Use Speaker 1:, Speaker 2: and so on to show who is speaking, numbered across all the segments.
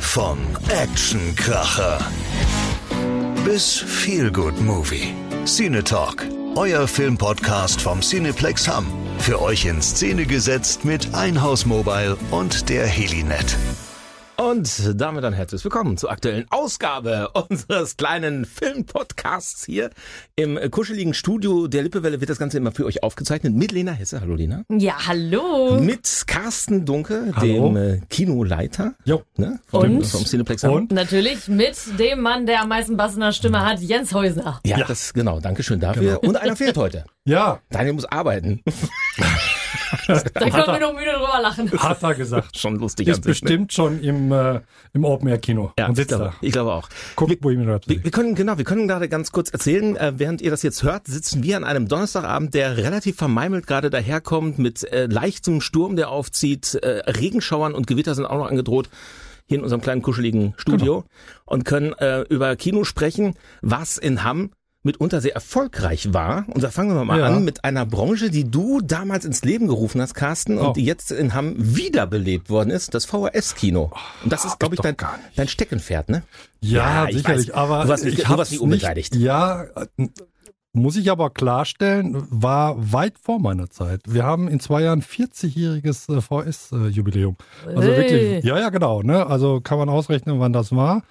Speaker 1: Vom Actionkracher bis Feelgood Movie. Cine Talk, euer Filmpodcast vom Cineplex Hamm. Für euch in Szene gesetzt mit Einhaus Mobile und der Helinet.
Speaker 2: Und damit ein herzliches Willkommen zur aktuellen Ausgabe unseres kleinen Filmpodcasts hier im kuscheligen Studio der Lippewelle wird das Ganze immer für euch aufgezeichnet mit Lena Hesse. Hallo Lena.
Speaker 3: Ja, hallo.
Speaker 2: Mit Carsten Dunke,
Speaker 4: Hallo.
Speaker 2: dem äh, Kinoleiter
Speaker 4: Jo.
Speaker 2: ne, vom,
Speaker 3: Und?
Speaker 2: vom Cineplex.
Speaker 4: Und?
Speaker 3: Natürlich mit dem Mann, der am meisten Bass in der Stimme hat, Jens Häusner.
Speaker 2: Ja, das genau. Dankeschön dafür. Und einer fehlt heute.
Speaker 4: Ja,
Speaker 2: Daniel muss arbeiten.
Speaker 3: Da
Speaker 4: Hat
Speaker 3: können wir noch müde drüber lachen.
Speaker 4: hat er gesagt.
Speaker 2: Schon lustig
Speaker 4: Ist
Speaker 2: an sich, ne?
Speaker 4: bestimmt schon im, äh, im Open Air Kino
Speaker 2: Ja,
Speaker 4: und
Speaker 2: ich
Speaker 4: sitzt
Speaker 2: glaube,
Speaker 4: da.
Speaker 2: ich glaube auch.
Speaker 4: Guckt Bohemian
Speaker 2: Wir,
Speaker 4: Rhapsody.
Speaker 2: wir können genau, wir können gerade ganz kurz erzählen, äh, während ihr das jetzt hört, sitzen wir an einem Donnerstagabend, der relativ vermeimelt gerade daherkommt, mit äh, leichtem Sturm, der aufzieht, äh, Regenschauern und Gewitter sind auch noch angedroht. Hier in unserem kleinen kuscheligen Studio
Speaker 4: Genau.
Speaker 2: und können äh, über Kino sprechen, was in Hamm mitunter sehr erfolgreich war. Und da fangen wir mal
Speaker 4: Ja.
Speaker 2: an mit einer Branche, die du damals ins Leben gerufen hast, Carsten,
Speaker 4: Oh.
Speaker 2: und die jetzt in Hamm wiederbelebt worden ist, das VHS-Kino. Und das ist, glaube ich,
Speaker 4: Oh, doch
Speaker 2: dein,
Speaker 4: gar nicht.
Speaker 2: dein Steckenpferd, ne? Ja,
Speaker 4: Ja,
Speaker 2: ich
Speaker 4: sicherlich.
Speaker 2: weiß.
Speaker 4: Aber
Speaker 2: Du warst nicht-
Speaker 4: ich
Speaker 2: du warst
Speaker 4: hab's
Speaker 2: nicht unbeteiligt.
Speaker 4: Ja, äh, muss ich aber klarstellen, war weit vor meiner Zeit. Wir haben in zwei Jahren 40-jähriges äh, VS-Jubiläum. Also
Speaker 3: Hey.
Speaker 4: wirklich. Ja, ja, genau. Ne? Also kann man ausrechnen, wann das war.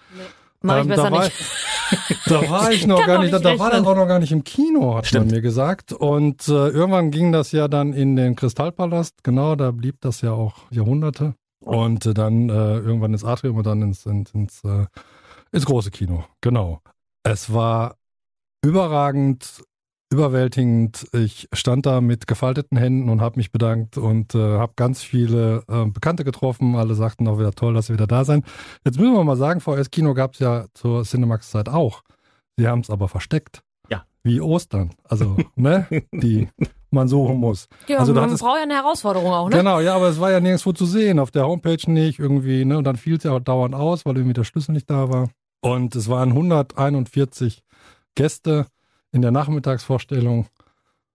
Speaker 3: Mach ich
Speaker 4: Ähm,
Speaker 3: besser
Speaker 4: da war,
Speaker 3: nicht.
Speaker 4: Da war ich noch
Speaker 3: Kann
Speaker 4: gar
Speaker 3: man
Speaker 4: nicht,
Speaker 3: nicht
Speaker 4: da war das
Speaker 3: rechnen.
Speaker 4: auch noch gar nicht im Kino, hat
Speaker 2: Stimmt.
Speaker 4: man mir gesagt. Und äh, irgendwann ging das ja dann in den Kristallpalast, genau, da blieb das ja auch Jahrhunderte. Und äh, dann äh, irgendwann ins Atrium und dann ins, ins, ins, äh, ins große Kino, genau. Es war überragend, überwältigend. Ich stand da mit gefalteten Händen und habe mich bedankt und äh, habe ganz viele äh, Bekannte getroffen. Alle sagten auch wieder toll, dass sie wieder da sind. Jetzt müssen wir mal sagen, VS-Kino gab es ja zur Cinemax-Zeit auch. Sie haben es aber versteckt.
Speaker 2: Ja.
Speaker 4: Wie Ostern. Also, ne? Die man suchen muss.
Speaker 3: Ja,
Speaker 4: Also, du
Speaker 3: man
Speaker 4: hattest-
Speaker 3: braucht ja eine Herausforderung auch, ne?
Speaker 4: Genau, ja, aber es war ja nirgendwo zu sehen. Auf der Homepage nicht irgendwie, ne? Und dann fiel es ja auch dauernd aus, weil irgendwie der Schlüssel nicht da war. Und es waren 141 Gäste in der Nachmittagsvorstellung.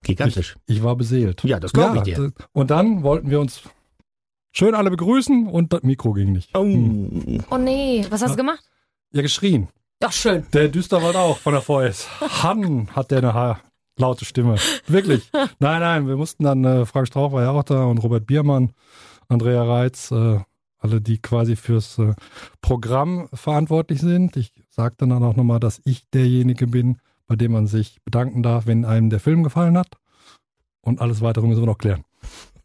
Speaker 2: Gigantisch.
Speaker 4: Ich war beseelt.
Speaker 2: Ja, das glaube ich dir.
Speaker 4: d- Und dann wollten wir uns schön alle begrüßen und das Mikro ging nicht.
Speaker 2: Oh.
Speaker 4: Hm.
Speaker 3: Oh nee, was hast du gemacht?
Speaker 4: Ja, geschrien.
Speaker 3: Ja, schön.
Speaker 4: Der Düsterwald auch von der VS. Han hat der eine ha laute Stimme. Wirklich. Nein, nein, wir mussten dann, äh, Frank Strauch war ja auch da und Robert Biermann, Andrea Reitz, äh, alle, die quasi fürs äh, Programm verantwortlich sind. Ich sagte dann auch nochmal, dass ich derjenige bin, bei dem man sich bedanken darf, wenn einem der Film gefallen hat. Und alles weitere müssen wir noch klären.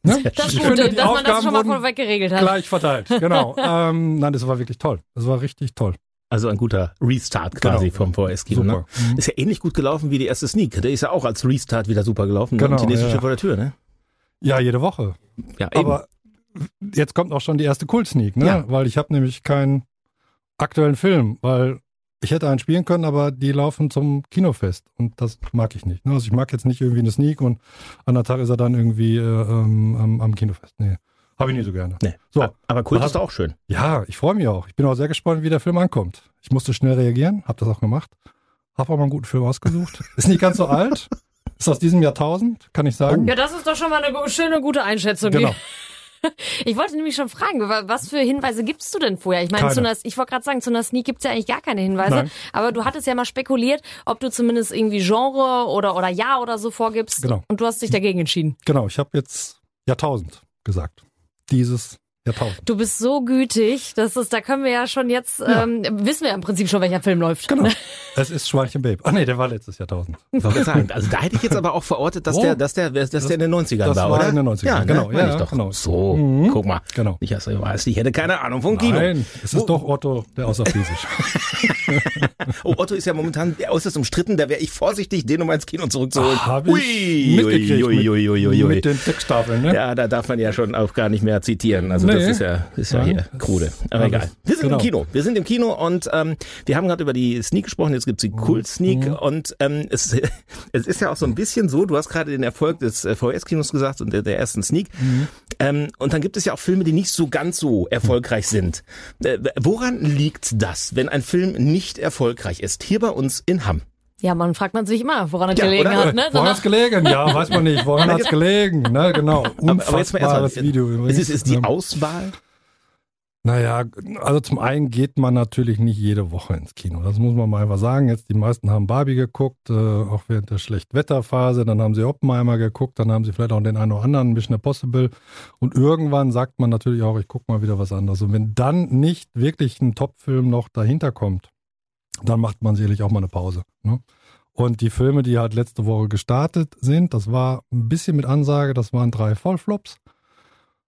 Speaker 4: Ne?
Speaker 3: Das
Speaker 4: Ich
Speaker 3: Gute,
Speaker 4: finde, die
Speaker 3: dass man das
Speaker 4: Aufgaben
Speaker 3: schon mal
Speaker 4: wurden
Speaker 3: vorweg geregelt hat.
Speaker 4: Gleich verteilt, genau. ähm, nein, das war wirklich toll. Das war richtig toll.
Speaker 2: Also ein guter Restart quasi
Speaker 4: Genau.
Speaker 2: vom VS-Kino. Ne?
Speaker 4: Super. Mhm.
Speaker 2: Ist ja ähnlich gut gelaufen wie die erste Sneak. Der ist ja auch als Restart wieder super gelaufen.
Speaker 4: Genau,
Speaker 2: und die nächste
Speaker 4: ja.
Speaker 2: steht vor der Tür, ne?
Speaker 4: Ja, jede Woche.
Speaker 2: Ja, eben.
Speaker 4: Aber jetzt kommt auch schon die erste Kult-Sneak, ne?
Speaker 2: Ja.
Speaker 4: Weil ich habe nämlich keinen aktuellen Film, weil ich hätte einen spielen können, aber die laufen zum Kinofest und das mag ich nicht. Ne? Also ich mag jetzt nicht irgendwie eine Sneak und an der Tag ist er dann irgendwie äh, ähm, am, am Kinofest. Nee, habe ich nie so gerne.
Speaker 2: nee.
Speaker 4: So.
Speaker 2: A- Aber Kult
Speaker 4: Was
Speaker 2: ist auch schön.
Speaker 4: Ja, ich freue mich auch. Ich bin auch sehr gespannt, wie der Film ankommt. Ich musste schnell reagieren, habe das auch gemacht. Habe aber einen guten Film ausgesucht. Ist nicht ganz so alt. Ist aus diesem Jahrtausend, kann ich sagen.
Speaker 3: Ja, das ist doch schon mal eine gu- schöne, gute Einschätzung.
Speaker 4: Genau.
Speaker 3: Ich wollte nämlich schon fragen, wa- was für Hinweise gibst du denn vorher? Ich meine,
Speaker 4: Keine.
Speaker 3: zu einer, ich wollte gerade sagen, zu einer Sneak gibt's ja eigentlich gar keine Hinweise.
Speaker 4: Nein.
Speaker 3: Aber du hattest ja mal spekuliert, ob du zumindest irgendwie Genre oder, oder Ja oder so vorgibst.
Speaker 4: Genau.
Speaker 3: Und du hast dich dagegen entschieden.
Speaker 4: Genau, ich habe jetzt Jahrtausend gesagt. Dieses Jahrtausend.
Speaker 3: Du bist so gütig, das ist, da können wir ja schon jetzt,
Speaker 4: Ja.
Speaker 3: Ähm, wissen wir im Prinzip schon, welcher Film läuft.
Speaker 4: Genau. es ist Schweinchen Babe. Ah nee, der war letztes Jahrtausend.
Speaker 2: Ich wollte gerade sagen. Also da hätte ich jetzt aber auch verortet, dass,
Speaker 4: Oh.
Speaker 2: der, dass, der, dass der in den 90ern
Speaker 4: das
Speaker 2: war,
Speaker 4: war
Speaker 2: oder?
Speaker 4: in den 90ern,
Speaker 2: Ja, ne?
Speaker 4: genau,
Speaker 2: Meine
Speaker 4: ja,
Speaker 2: ich doch.
Speaker 4: genau.
Speaker 2: So,
Speaker 4: Mhm.
Speaker 2: guck mal.
Speaker 4: Genau.
Speaker 2: Ich, also, ich weiß, ich hätte keine Ahnung vom Kino.
Speaker 4: Nein, es
Speaker 2: Wo-
Speaker 4: ist doch Otto, der Außerfriesisch.
Speaker 2: Oh, Otto ist ja momentan äußerst umstritten. Da wäre ich vorsichtig, den um ins Kino zurückzuholen.
Speaker 4: Habe ich mitgekriegt
Speaker 2: ui, ui, ui, ui, ui.
Speaker 4: mit, mit den Texttafeln, ne?
Speaker 2: Ja, da darf man ja schon auch gar nicht mehr zitieren. Also das
Speaker 4: Nee.
Speaker 2: ist ja, ist ja
Speaker 4: Ja,
Speaker 2: hier
Speaker 4: das-
Speaker 2: krude. Aber
Speaker 4: ja,
Speaker 2: egal.
Speaker 4: das-
Speaker 2: Wir sind
Speaker 4: genau.
Speaker 2: im Kino. Wir sind im Kino und ähm, wir haben gerade über die Sneak gesprochen. Jetzt gibt's die
Speaker 4: Mhm.
Speaker 2: Kult-Sneak. Und ähm, es, es ist ja auch so ein bisschen so, du hast gerade den Erfolg des äh, VS-Kinos gesagt und der, der ersten Sneak.
Speaker 4: Mhm.
Speaker 2: Ähm, und dann gibt es ja auch Filme, die nicht so ganz so erfolgreich sind. Äh, woran liegt das, wenn ein Film nicht erfolgreich ist? Hier bei uns in Hamm.
Speaker 3: Ja, man fragt man sich immer, woran es
Speaker 2: Ja,
Speaker 3: gelegen
Speaker 2: oder?
Speaker 3: hat, ne?
Speaker 4: Äh, Woran hat's gelegen? Ja, weiß man nicht. Woran hat's gelegen? Ne, genau.
Speaker 2: Aber, aber jetzt mal
Speaker 4: Unfassbares
Speaker 2: erstmal.
Speaker 4: Video Ähm,
Speaker 2: es
Speaker 4: übrigens.
Speaker 2: ist, ist die
Speaker 4: Ähm,
Speaker 2: Auswahl
Speaker 4: Naja, also zum einen geht man natürlich nicht jede Woche ins Kino. Das muss man mal einfach sagen. Jetzt die meisten haben Barbie geguckt, äh, auch während der Schlechtwetterphase. Dann haben sie Oppenheimer geguckt, dann haben sie vielleicht auch den einen oder anderen Mission Impossible. Und irgendwann sagt man natürlich auch, ich gucke mal wieder was anderes. Und wenn dann nicht wirklich ein Top-Film noch dahinter kommt, dann macht man sicherlich auch mal eine Pause. Ne? Und die Filme, die halt letzte Woche gestartet sind, das war ein bisschen mit Ansage, das waren drei Vollflops.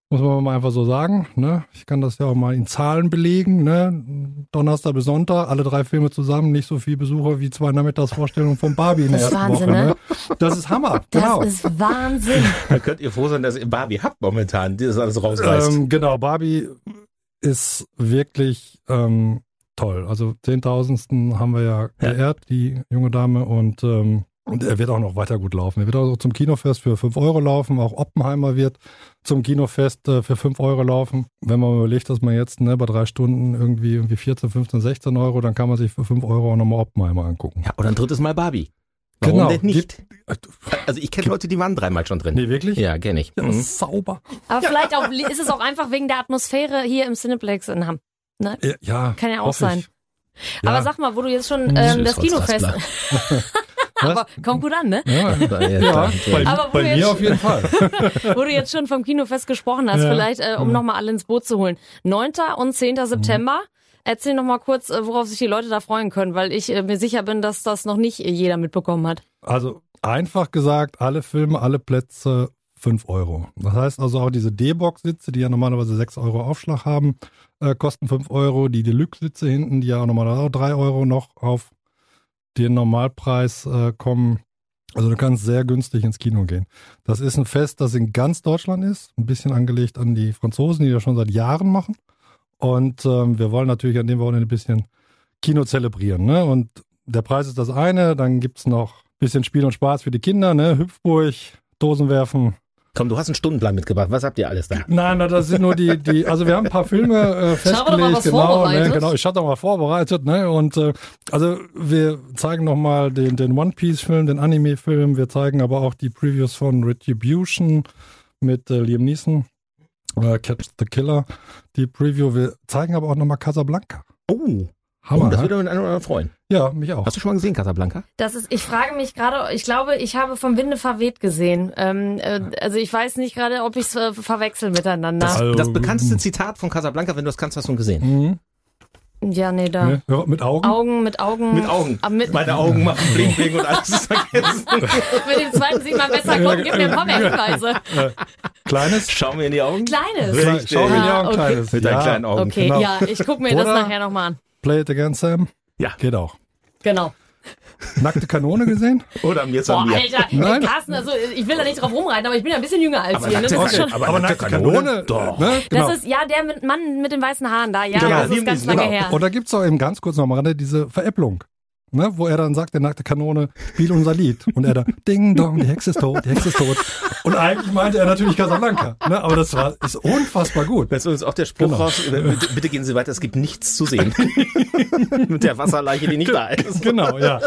Speaker 4: Muss man mal einfach so sagen. Ne? Ich kann das ja auch mal in Zahlen belegen. Ne? Donnerstag bis Sonntag, alle drei Filme zusammen, nicht so viel Besucher wie zwei Nachmittagsvorstellungen von Barbie in der
Speaker 3: Das ist
Speaker 4: ersten
Speaker 3: Wahnsinn,
Speaker 4: Woche.
Speaker 3: ne?
Speaker 4: Ne? Das ist Hammer.
Speaker 3: Das
Speaker 4: genau.
Speaker 3: ist Wahnsinn.
Speaker 2: Da könnt ihr froh sein, dass ihr Barbie habt momentan, die das alles rausreißt.
Speaker 4: Ähm, genau, Barbie ist wirklich ähm, toll. Also Zehntausendsten haben wir ja geehrt, die junge Dame. Und, ähm, und er wird auch noch weiter gut laufen. Er wird auch zum Kinofest für 5 Euro laufen. Auch Oppenheimer wird zum Kinofest äh, für 5 Euro laufen. Wenn man überlegt, dass man jetzt ne, bei drei Stunden irgendwie, irgendwie 14, 15, 16 Euro, dann kann man sich für 5 Euro auch nochmal Oppenheimer angucken.
Speaker 2: ja, oder ein drittes Mal Barbie. Warum
Speaker 4: Genau.
Speaker 2: denn nicht?
Speaker 4: Gibt-
Speaker 2: Also ich kenne Leute, die waren dreimal schon drin.
Speaker 4: Nee, wirklich?
Speaker 2: Ja, kenne ich.
Speaker 3: Ähm,
Speaker 4: Ja,
Speaker 2: Mhm.
Speaker 4: sauber.
Speaker 3: Aber vielleicht auch, ist es auch einfach wegen der Atmosphäre hier im Cineplex in Hamm.
Speaker 4: Ja, Äh, Ja,
Speaker 3: Kann ja auch
Speaker 4: hoffe ich.
Speaker 3: sein. Aber
Speaker 4: Ja.
Speaker 3: sag mal, wo du jetzt schon ähm,
Speaker 2: Süß,
Speaker 3: das Kinofest.
Speaker 2: Rotzraspler.
Speaker 3: Aber kommt gut an, ne?
Speaker 4: Ja,
Speaker 2: Ja,
Speaker 4: bei,
Speaker 3: Aber wo wir
Speaker 4: bei
Speaker 3: jetzt-
Speaker 4: mir auf jeden Fall.
Speaker 3: Wo du jetzt schon vom Kinofest gesprochen hast,
Speaker 4: Ja. Mhm.
Speaker 3: vielleicht, äh, um
Speaker 4: Ja.
Speaker 3: nochmal alle ins Boot zu holen. 9. und 10. September. Erzähl nochmal kurz, äh, worauf sich die Leute da freuen können, weil ich äh, mir sicher bin, dass das noch nicht äh, jeder mitbekommen hat.
Speaker 4: Also einfach gesagt, alle Filme, alle Plätze 5 Euro. Das heißt also auch diese D-Box-Sitze, die ja normalerweise 6 Euro Aufschlag haben, äh, kosten 5 Euro. Die Deluxe-Sitze hinten, die ja normalerweise auch 3 Euro noch auf den Normalpreis äh, kommen. Also du kannst sehr günstig ins Kino gehen. Das ist ein Fest, das in ganz Deutschland ist, ein bisschen angelegt an die Franzosen, die das schon seit Jahren machen. Und ähm, wir wollen natürlich an dem Wochenende ein bisschen Kino zelebrieren. Ne? Und der Preis ist das eine, dann gibt es noch ein bisschen Spiel und Spaß für die Kinder, ne? Hüpfburg, Dosen werfen.
Speaker 2: Komm, du hast einen Stundenplan mitgebracht. Was habt ihr alles da?
Speaker 4: Nein, na, das sind nur die, die, also wir haben ein paar Filme äh,
Speaker 3: Ich habe
Speaker 4: festgelegt,
Speaker 3: doch mal was
Speaker 4: genau, ne,
Speaker 3: vorbereitet.
Speaker 4: genau, ich hatte auch mal vorbereitet, ne? Und äh, also wir zeigen nochmal den, den One Piece-Film, den Anime-Film, wir zeigen aber auch die Previews von Retribution mit äh, Liam Neeson, äh, Catch the Killer, die Preview. Wir zeigen aber auch nochmal Casablanca.
Speaker 2: Oh,
Speaker 4: Hammer.
Speaker 2: das
Speaker 4: ne?
Speaker 2: würde einen anderen freuen.
Speaker 4: ja, mich auch.
Speaker 2: Hast du schon mal gesehen, Casablanca?
Speaker 3: Das ist, ich frage mich gerade, ich glaube, ich habe vom Winde verweht gesehen. Ähm, äh, also ich weiß nicht gerade, ob ich es äh, verwechsel miteinander.
Speaker 2: Das,
Speaker 4: Also-
Speaker 2: das bekannteste Zitat von Casablanca, wenn du das kannst, hast du ihn gesehen.
Speaker 4: Mhm.
Speaker 3: ja, nee, da.
Speaker 4: Ne? Ja, mit Augen?
Speaker 3: Augen mit Augen.
Speaker 2: Mit Augen.
Speaker 3: Ah, mit,
Speaker 2: Meine Augen machen bling bling und alles ist vergessen.
Speaker 3: mit dem zweiten sieht man besser. Komm, gib mir ein paar mehr Hinweise.
Speaker 4: Kleines?
Speaker 2: Schau mir in die Augen.
Speaker 3: Kleines.
Speaker 2: Richtig.
Speaker 4: Schau mir die
Speaker 3: Ah,
Speaker 4: Augen,
Speaker 3: okay.
Speaker 4: Kleines.
Speaker 2: Mit deinen
Speaker 4: Ja.
Speaker 2: kleinen Augen.
Speaker 3: Okay,
Speaker 4: Genau.
Speaker 3: ja, ich guck mir das
Speaker 4: Oder-
Speaker 3: nachher nochmal an.
Speaker 4: Play it again, Sam.
Speaker 2: Ja.
Speaker 4: Geht auch.
Speaker 3: Genau.
Speaker 4: Nackte Kanone gesehen?
Speaker 2: Oder jetzt
Speaker 3: Boah,
Speaker 2: an mir.
Speaker 3: Alter,
Speaker 4: Nein.
Speaker 3: Carsten, also ich will da nicht drauf rumreiten, aber ich bin ja ein bisschen jünger als ihr. Ne? Das, ist, schon,
Speaker 2: aber nackte Kanone?
Speaker 4: Doch. Ne? Genau.
Speaker 3: das ist ja der mit, Mann mit den weißen Haaren da. Ja,
Speaker 2: Genau,
Speaker 3: das ist
Speaker 2: Liam
Speaker 3: ganz
Speaker 2: Neeson,
Speaker 3: lange
Speaker 2: genau.
Speaker 3: her.
Speaker 4: Und da gibt es auch eben ganz kurz noch am Rande diese Veräpplung. Ne, wo er dann sagt, der nackte Kanone, spiel unser Lied. Und er dann, ding dong, die Hexe ist tot, die Hexe ist tot. Und eigentlich meinte er natürlich Casablanca. Ne, aber das war, ist unfassbar gut.
Speaker 2: Das ist übrigens auch der Spruch
Speaker 4: Genau.
Speaker 2: raus, äh, bitte, bitte gehen Sie weiter, es gibt nichts zu sehen. Mit der Wasserleiche, die nicht da ist.
Speaker 4: Genau, ja.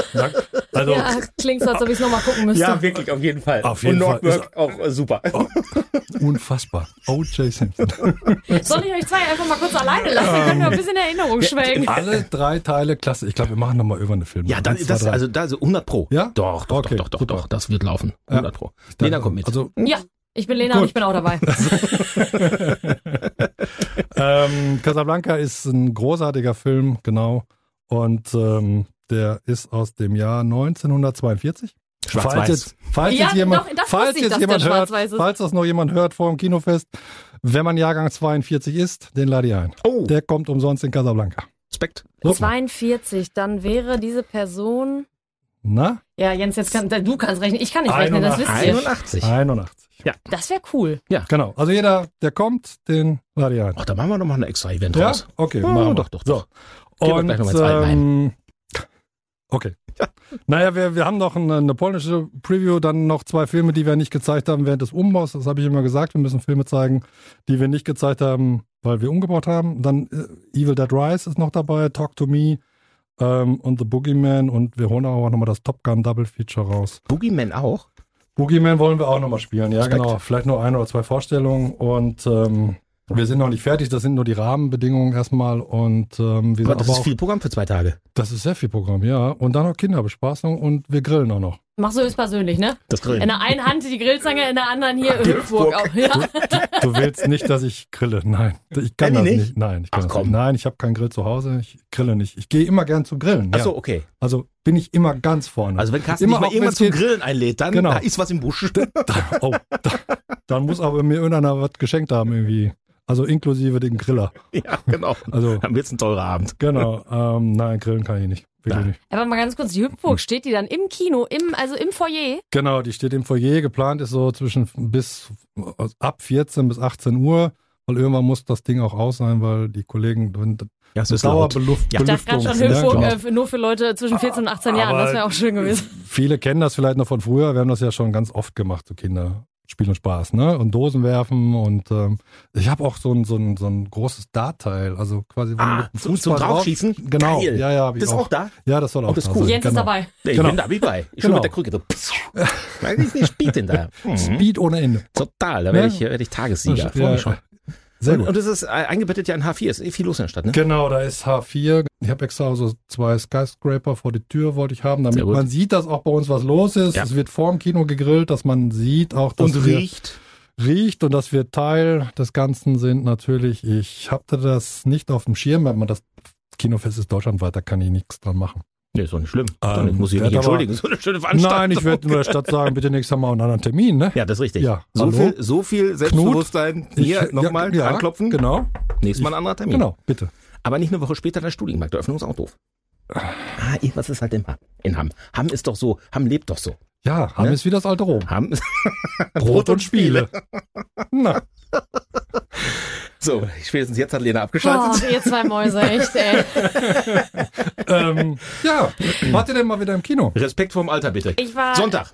Speaker 4: Also,
Speaker 3: ja, klingt so, als ob ich es nochmal gucken müsste.
Speaker 2: Ja, wirklich, auf jeden Fall.
Speaker 4: Auf jeden
Speaker 2: und
Speaker 4: Fall. Oh,
Speaker 2: Nordberg auch äh, super.
Speaker 4: unfassbar. O.J. Simpson.
Speaker 3: Soll ich euch zwei einfach mal kurz alleine lassen? Dann können wir ein bisschen in Erinnerung schwelgen.
Speaker 4: Alle drei Teile klasse. Ich glaube, wir machen nochmal über eine Film.
Speaker 2: Ja, dann,
Speaker 4: Eins, zwei,
Speaker 2: das,
Speaker 4: drei.
Speaker 2: also da so 100 Pro.
Speaker 4: Ja?
Speaker 2: Doch, doch,
Speaker 4: Okay,
Speaker 2: doch, doch,
Speaker 4: super.
Speaker 2: doch, das wird laufen.
Speaker 4: Ja.
Speaker 2: 100 Pro. Lena kommt mit.
Speaker 4: Also,
Speaker 3: Ja, ich bin Lena und
Speaker 4: Gut.
Speaker 3: ich bin auch dabei.
Speaker 4: ähm, Casablanca ist ein großartiger Film, genau. Und ähm, der ist aus dem Jahr 1942. Falls jetzt, falls
Speaker 3: Ja,
Speaker 4: jetzt jemand,
Speaker 3: doch, das
Speaker 4: falls
Speaker 3: wusste ich,
Speaker 4: jetzt
Speaker 3: dass
Speaker 4: jemand
Speaker 3: der
Speaker 4: hört,
Speaker 3: schwarz-weiß ist.
Speaker 4: falls das noch jemand hört vor dem Kinofest, wenn man Jahrgang 42 ist, den lade ich ein.
Speaker 2: Oh,
Speaker 4: Der kommt umsonst in Casablanca.
Speaker 2: Respekt.
Speaker 4: So.
Speaker 3: 42, dann wäre diese Person...
Speaker 4: Na?
Speaker 3: Ja, Jens, jetzt kann, du kannst rechnen. Ich kann nicht rechnen, das wisst ihr.
Speaker 2: 81.
Speaker 4: 81.
Speaker 3: Das wäre cool.
Speaker 4: Genau. Also jeder, der kommt, den lade ich ein.
Speaker 2: Ach, da machen wir nochmal ein extra Event
Speaker 4: Ja?
Speaker 2: raus.
Speaker 4: Okay,
Speaker 2: Ja,
Speaker 4: machen wir.
Speaker 2: Oh, doch, doch,
Speaker 4: So.
Speaker 2: doch. Gehen wir
Speaker 4: Und,
Speaker 2: gleich noch mal ins Alten
Speaker 4: ähm, okay. Naja, wir, wir haben noch eine, eine polnische Preview, dann noch zwei Filme, die wir nicht gezeigt haben während des Umbaus. Das habe ich immer gesagt, wir müssen Filme zeigen, die wir nicht gezeigt haben, weil wir umgebaut haben. Dann äh, Evil Dead Rise ist noch dabei, Talk to Me ähm, und The Boogeyman und wir holen auch nochmal das Top Gun Double Feature raus.
Speaker 2: Boogeyman auch?
Speaker 4: Boogeyman wollen wir auch nochmal spielen, ja
Speaker 2: Respekt.
Speaker 4: genau. Vielleicht nur eine oder zwei Vorstellungen und ähm, Wir sind noch nicht fertig, das sind nur die Rahmenbedingungen erstmal und ähm, wir
Speaker 2: Aber
Speaker 4: sind
Speaker 2: das
Speaker 4: aber
Speaker 2: ist
Speaker 4: auch,
Speaker 2: viel Programm für zwei Tage.
Speaker 4: das ist sehr viel Programm, ja. Und dann noch Kinderbespaßung und wir grillen auch noch.
Speaker 3: Machst du höchstpersönlich, ne?
Speaker 2: Das Grillen.
Speaker 3: In der einen Hand die Grillzange, in der anderen hier Hüpfburg auch. Ja.
Speaker 4: Du willst nicht, dass ich grille. Nein, ich kann
Speaker 2: Elli
Speaker 4: das
Speaker 2: nicht?
Speaker 4: nicht. Nein, ich kann
Speaker 2: Ach,
Speaker 4: das
Speaker 2: komm.
Speaker 4: nicht. Nein, ich habe keinen Grill zu Hause. Ich grille nicht. Ich gehe immer gern zum Grillen.
Speaker 2: Ach so,
Speaker 4: ja.
Speaker 2: okay.
Speaker 4: Also bin ich immer ganz vorne.
Speaker 2: Also wenn Carsten
Speaker 4: Immer
Speaker 2: dich mal
Speaker 4: auch,
Speaker 2: irgendwann
Speaker 4: wenn's
Speaker 2: zum
Speaker 4: geht-
Speaker 2: Grillen einlädt, dann
Speaker 4: Genau.
Speaker 2: da ist was im Busch.
Speaker 4: da, oh, da, dann muss aber mir irgendeiner was geschenkt haben irgendwie. Also inklusive dem Griller.
Speaker 2: ja, genau.
Speaker 4: Also
Speaker 2: Dann wird's ein teurer Abend.
Speaker 4: genau. Ähm, nein, grillen kann ich nicht. Wirklich
Speaker 2: Nein.
Speaker 4: nicht.
Speaker 3: Aber mal ganz kurz, die Hüpfburg, steht die dann im Kino, im, also im Foyer?
Speaker 4: Genau, die steht im Foyer. Geplant ist so zwischen bis also ab 14 bis 18 Uhr. Weil irgendwann muss das Ding auch aus sein, weil die Kollegen wenn-
Speaker 2: Ja, es ist laut.
Speaker 4: Dauerbeluft.
Speaker 2: Ja.
Speaker 3: Ich dachte gerade schon
Speaker 4: Belüftung, ne?
Speaker 3: Hüpfburg
Speaker 4: Genau.
Speaker 3: äh, nur für Leute zwischen 14 und 18 Jahren,
Speaker 4: Aber-
Speaker 3: das wäre auch schön gewesen.
Speaker 4: Genau. Viele kennen das vielleicht noch von früher. Wir haben das ja schon ganz oft gemacht, so Kinder. Spiel und Spaß, ne? Und Dosen werfen und ähm, ich habe auch so ein, so, ein, so ein großes Dartteil, also quasi wo
Speaker 2: Ah,
Speaker 4: du mit dem
Speaker 2: zum- zum
Speaker 4: drauf-
Speaker 2: Draufschießen?
Speaker 4: Genau,
Speaker 2: Geil.
Speaker 4: ja, ja, hab ich
Speaker 2: Das ist auch da? Oh,
Speaker 4: Ja, das soll auch
Speaker 2: das ist
Speaker 4: da
Speaker 2: cool.
Speaker 4: sein,
Speaker 3: Jens ist
Speaker 4: genau.
Speaker 3: dabei.
Speaker 2: Ich
Speaker 4: Genau.
Speaker 2: bin da wie bei. Ich schon
Speaker 4: Genau.
Speaker 2: mit der Krücke. So. Weil ich nicht spielt denn da. Mhm.
Speaker 4: Speed ohne Ende.
Speaker 2: Total, da werde
Speaker 4: Ja.
Speaker 2: ich, werde ich Tagessieger.
Speaker 4: Ja.
Speaker 2: Freue mich schon.
Speaker 4: Sehr
Speaker 2: und,
Speaker 4: gut.
Speaker 2: und es ist äh, eingebettet ja in H4, ist eh viel los in der Stadt, ne?
Speaker 4: Genau, da ist H4. Ich habe extra so zwei Skyscraper vor die Tür, wollte ich haben,
Speaker 2: Sehr
Speaker 4: damit
Speaker 2: gut.
Speaker 4: man sieht, dass auch bei uns was los ist.
Speaker 2: Ja.
Speaker 4: Es wird vorm Kino gegrillt, dass man sieht auch, dass wir- riecht und dass wir Teil des Ganzen sind, natürlich. Ich hatte das nicht auf dem Schirm, wenn man das Kinofest ist deutschlandweit, da kann ich nichts dran machen.
Speaker 2: Nee, ist doch nicht schlimm.
Speaker 4: Ähm,
Speaker 2: ich muss ich
Speaker 4: werd
Speaker 2: nicht
Speaker 4: aber-
Speaker 2: entschuldigen. So eine schöne Veranstaltung.
Speaker 4: Nein, ich werde nur der Stadt sagen, bitte nächstes Mal einen anderen Termin, ne?
Speaker 2: Ja, das ist richtig.
Speaker 4: Ja,
Speaker 2: so,
Speaker 4: hallo?
Speaker 2: viel, so viel Selbstbewusstsein.
Speaker 4: Ich-
Speaker 2: Hier
Speaker 4: ja,
Speaker 2: nochmal
Speaker 4: ja,
Speaker 2: anklopfen.
Speaker 4: Genau,
Speaker 2: Nächstes Mal ein anderer Termin.
Speaker 4: genau, bitte.
Speaker 2: Aber nicht eine Woche später der Studienmarkt. Der Öffnung ist auch doof. Ah, eh, was ist halt in Hamm? In Hamm. Hamm ist doch so. Hamm lebt doch so.
Speaker 4: Ja, haben
Speaker 2: Ne?
Speaker 4: ist wie das alte Rom.
Speaker 2: Hamm ist.
Speaker 4: Brot und Spiele. Na,
Speaker 2: So, spätestens jetzt hat Lena
Speaker 3: Boah,
Speaker 2: abgeschaltet.
Speaker 3: Oh, ihr zwei Mäuse, echt, ey.
Speaker 4: ähm, ja, wart ihr denn mal wieder im Kino?
Speaker 2: Oh. Respekt vorm Alter, bitte.
Speaker 3: Ich war-
Speaker 2: Sonntag.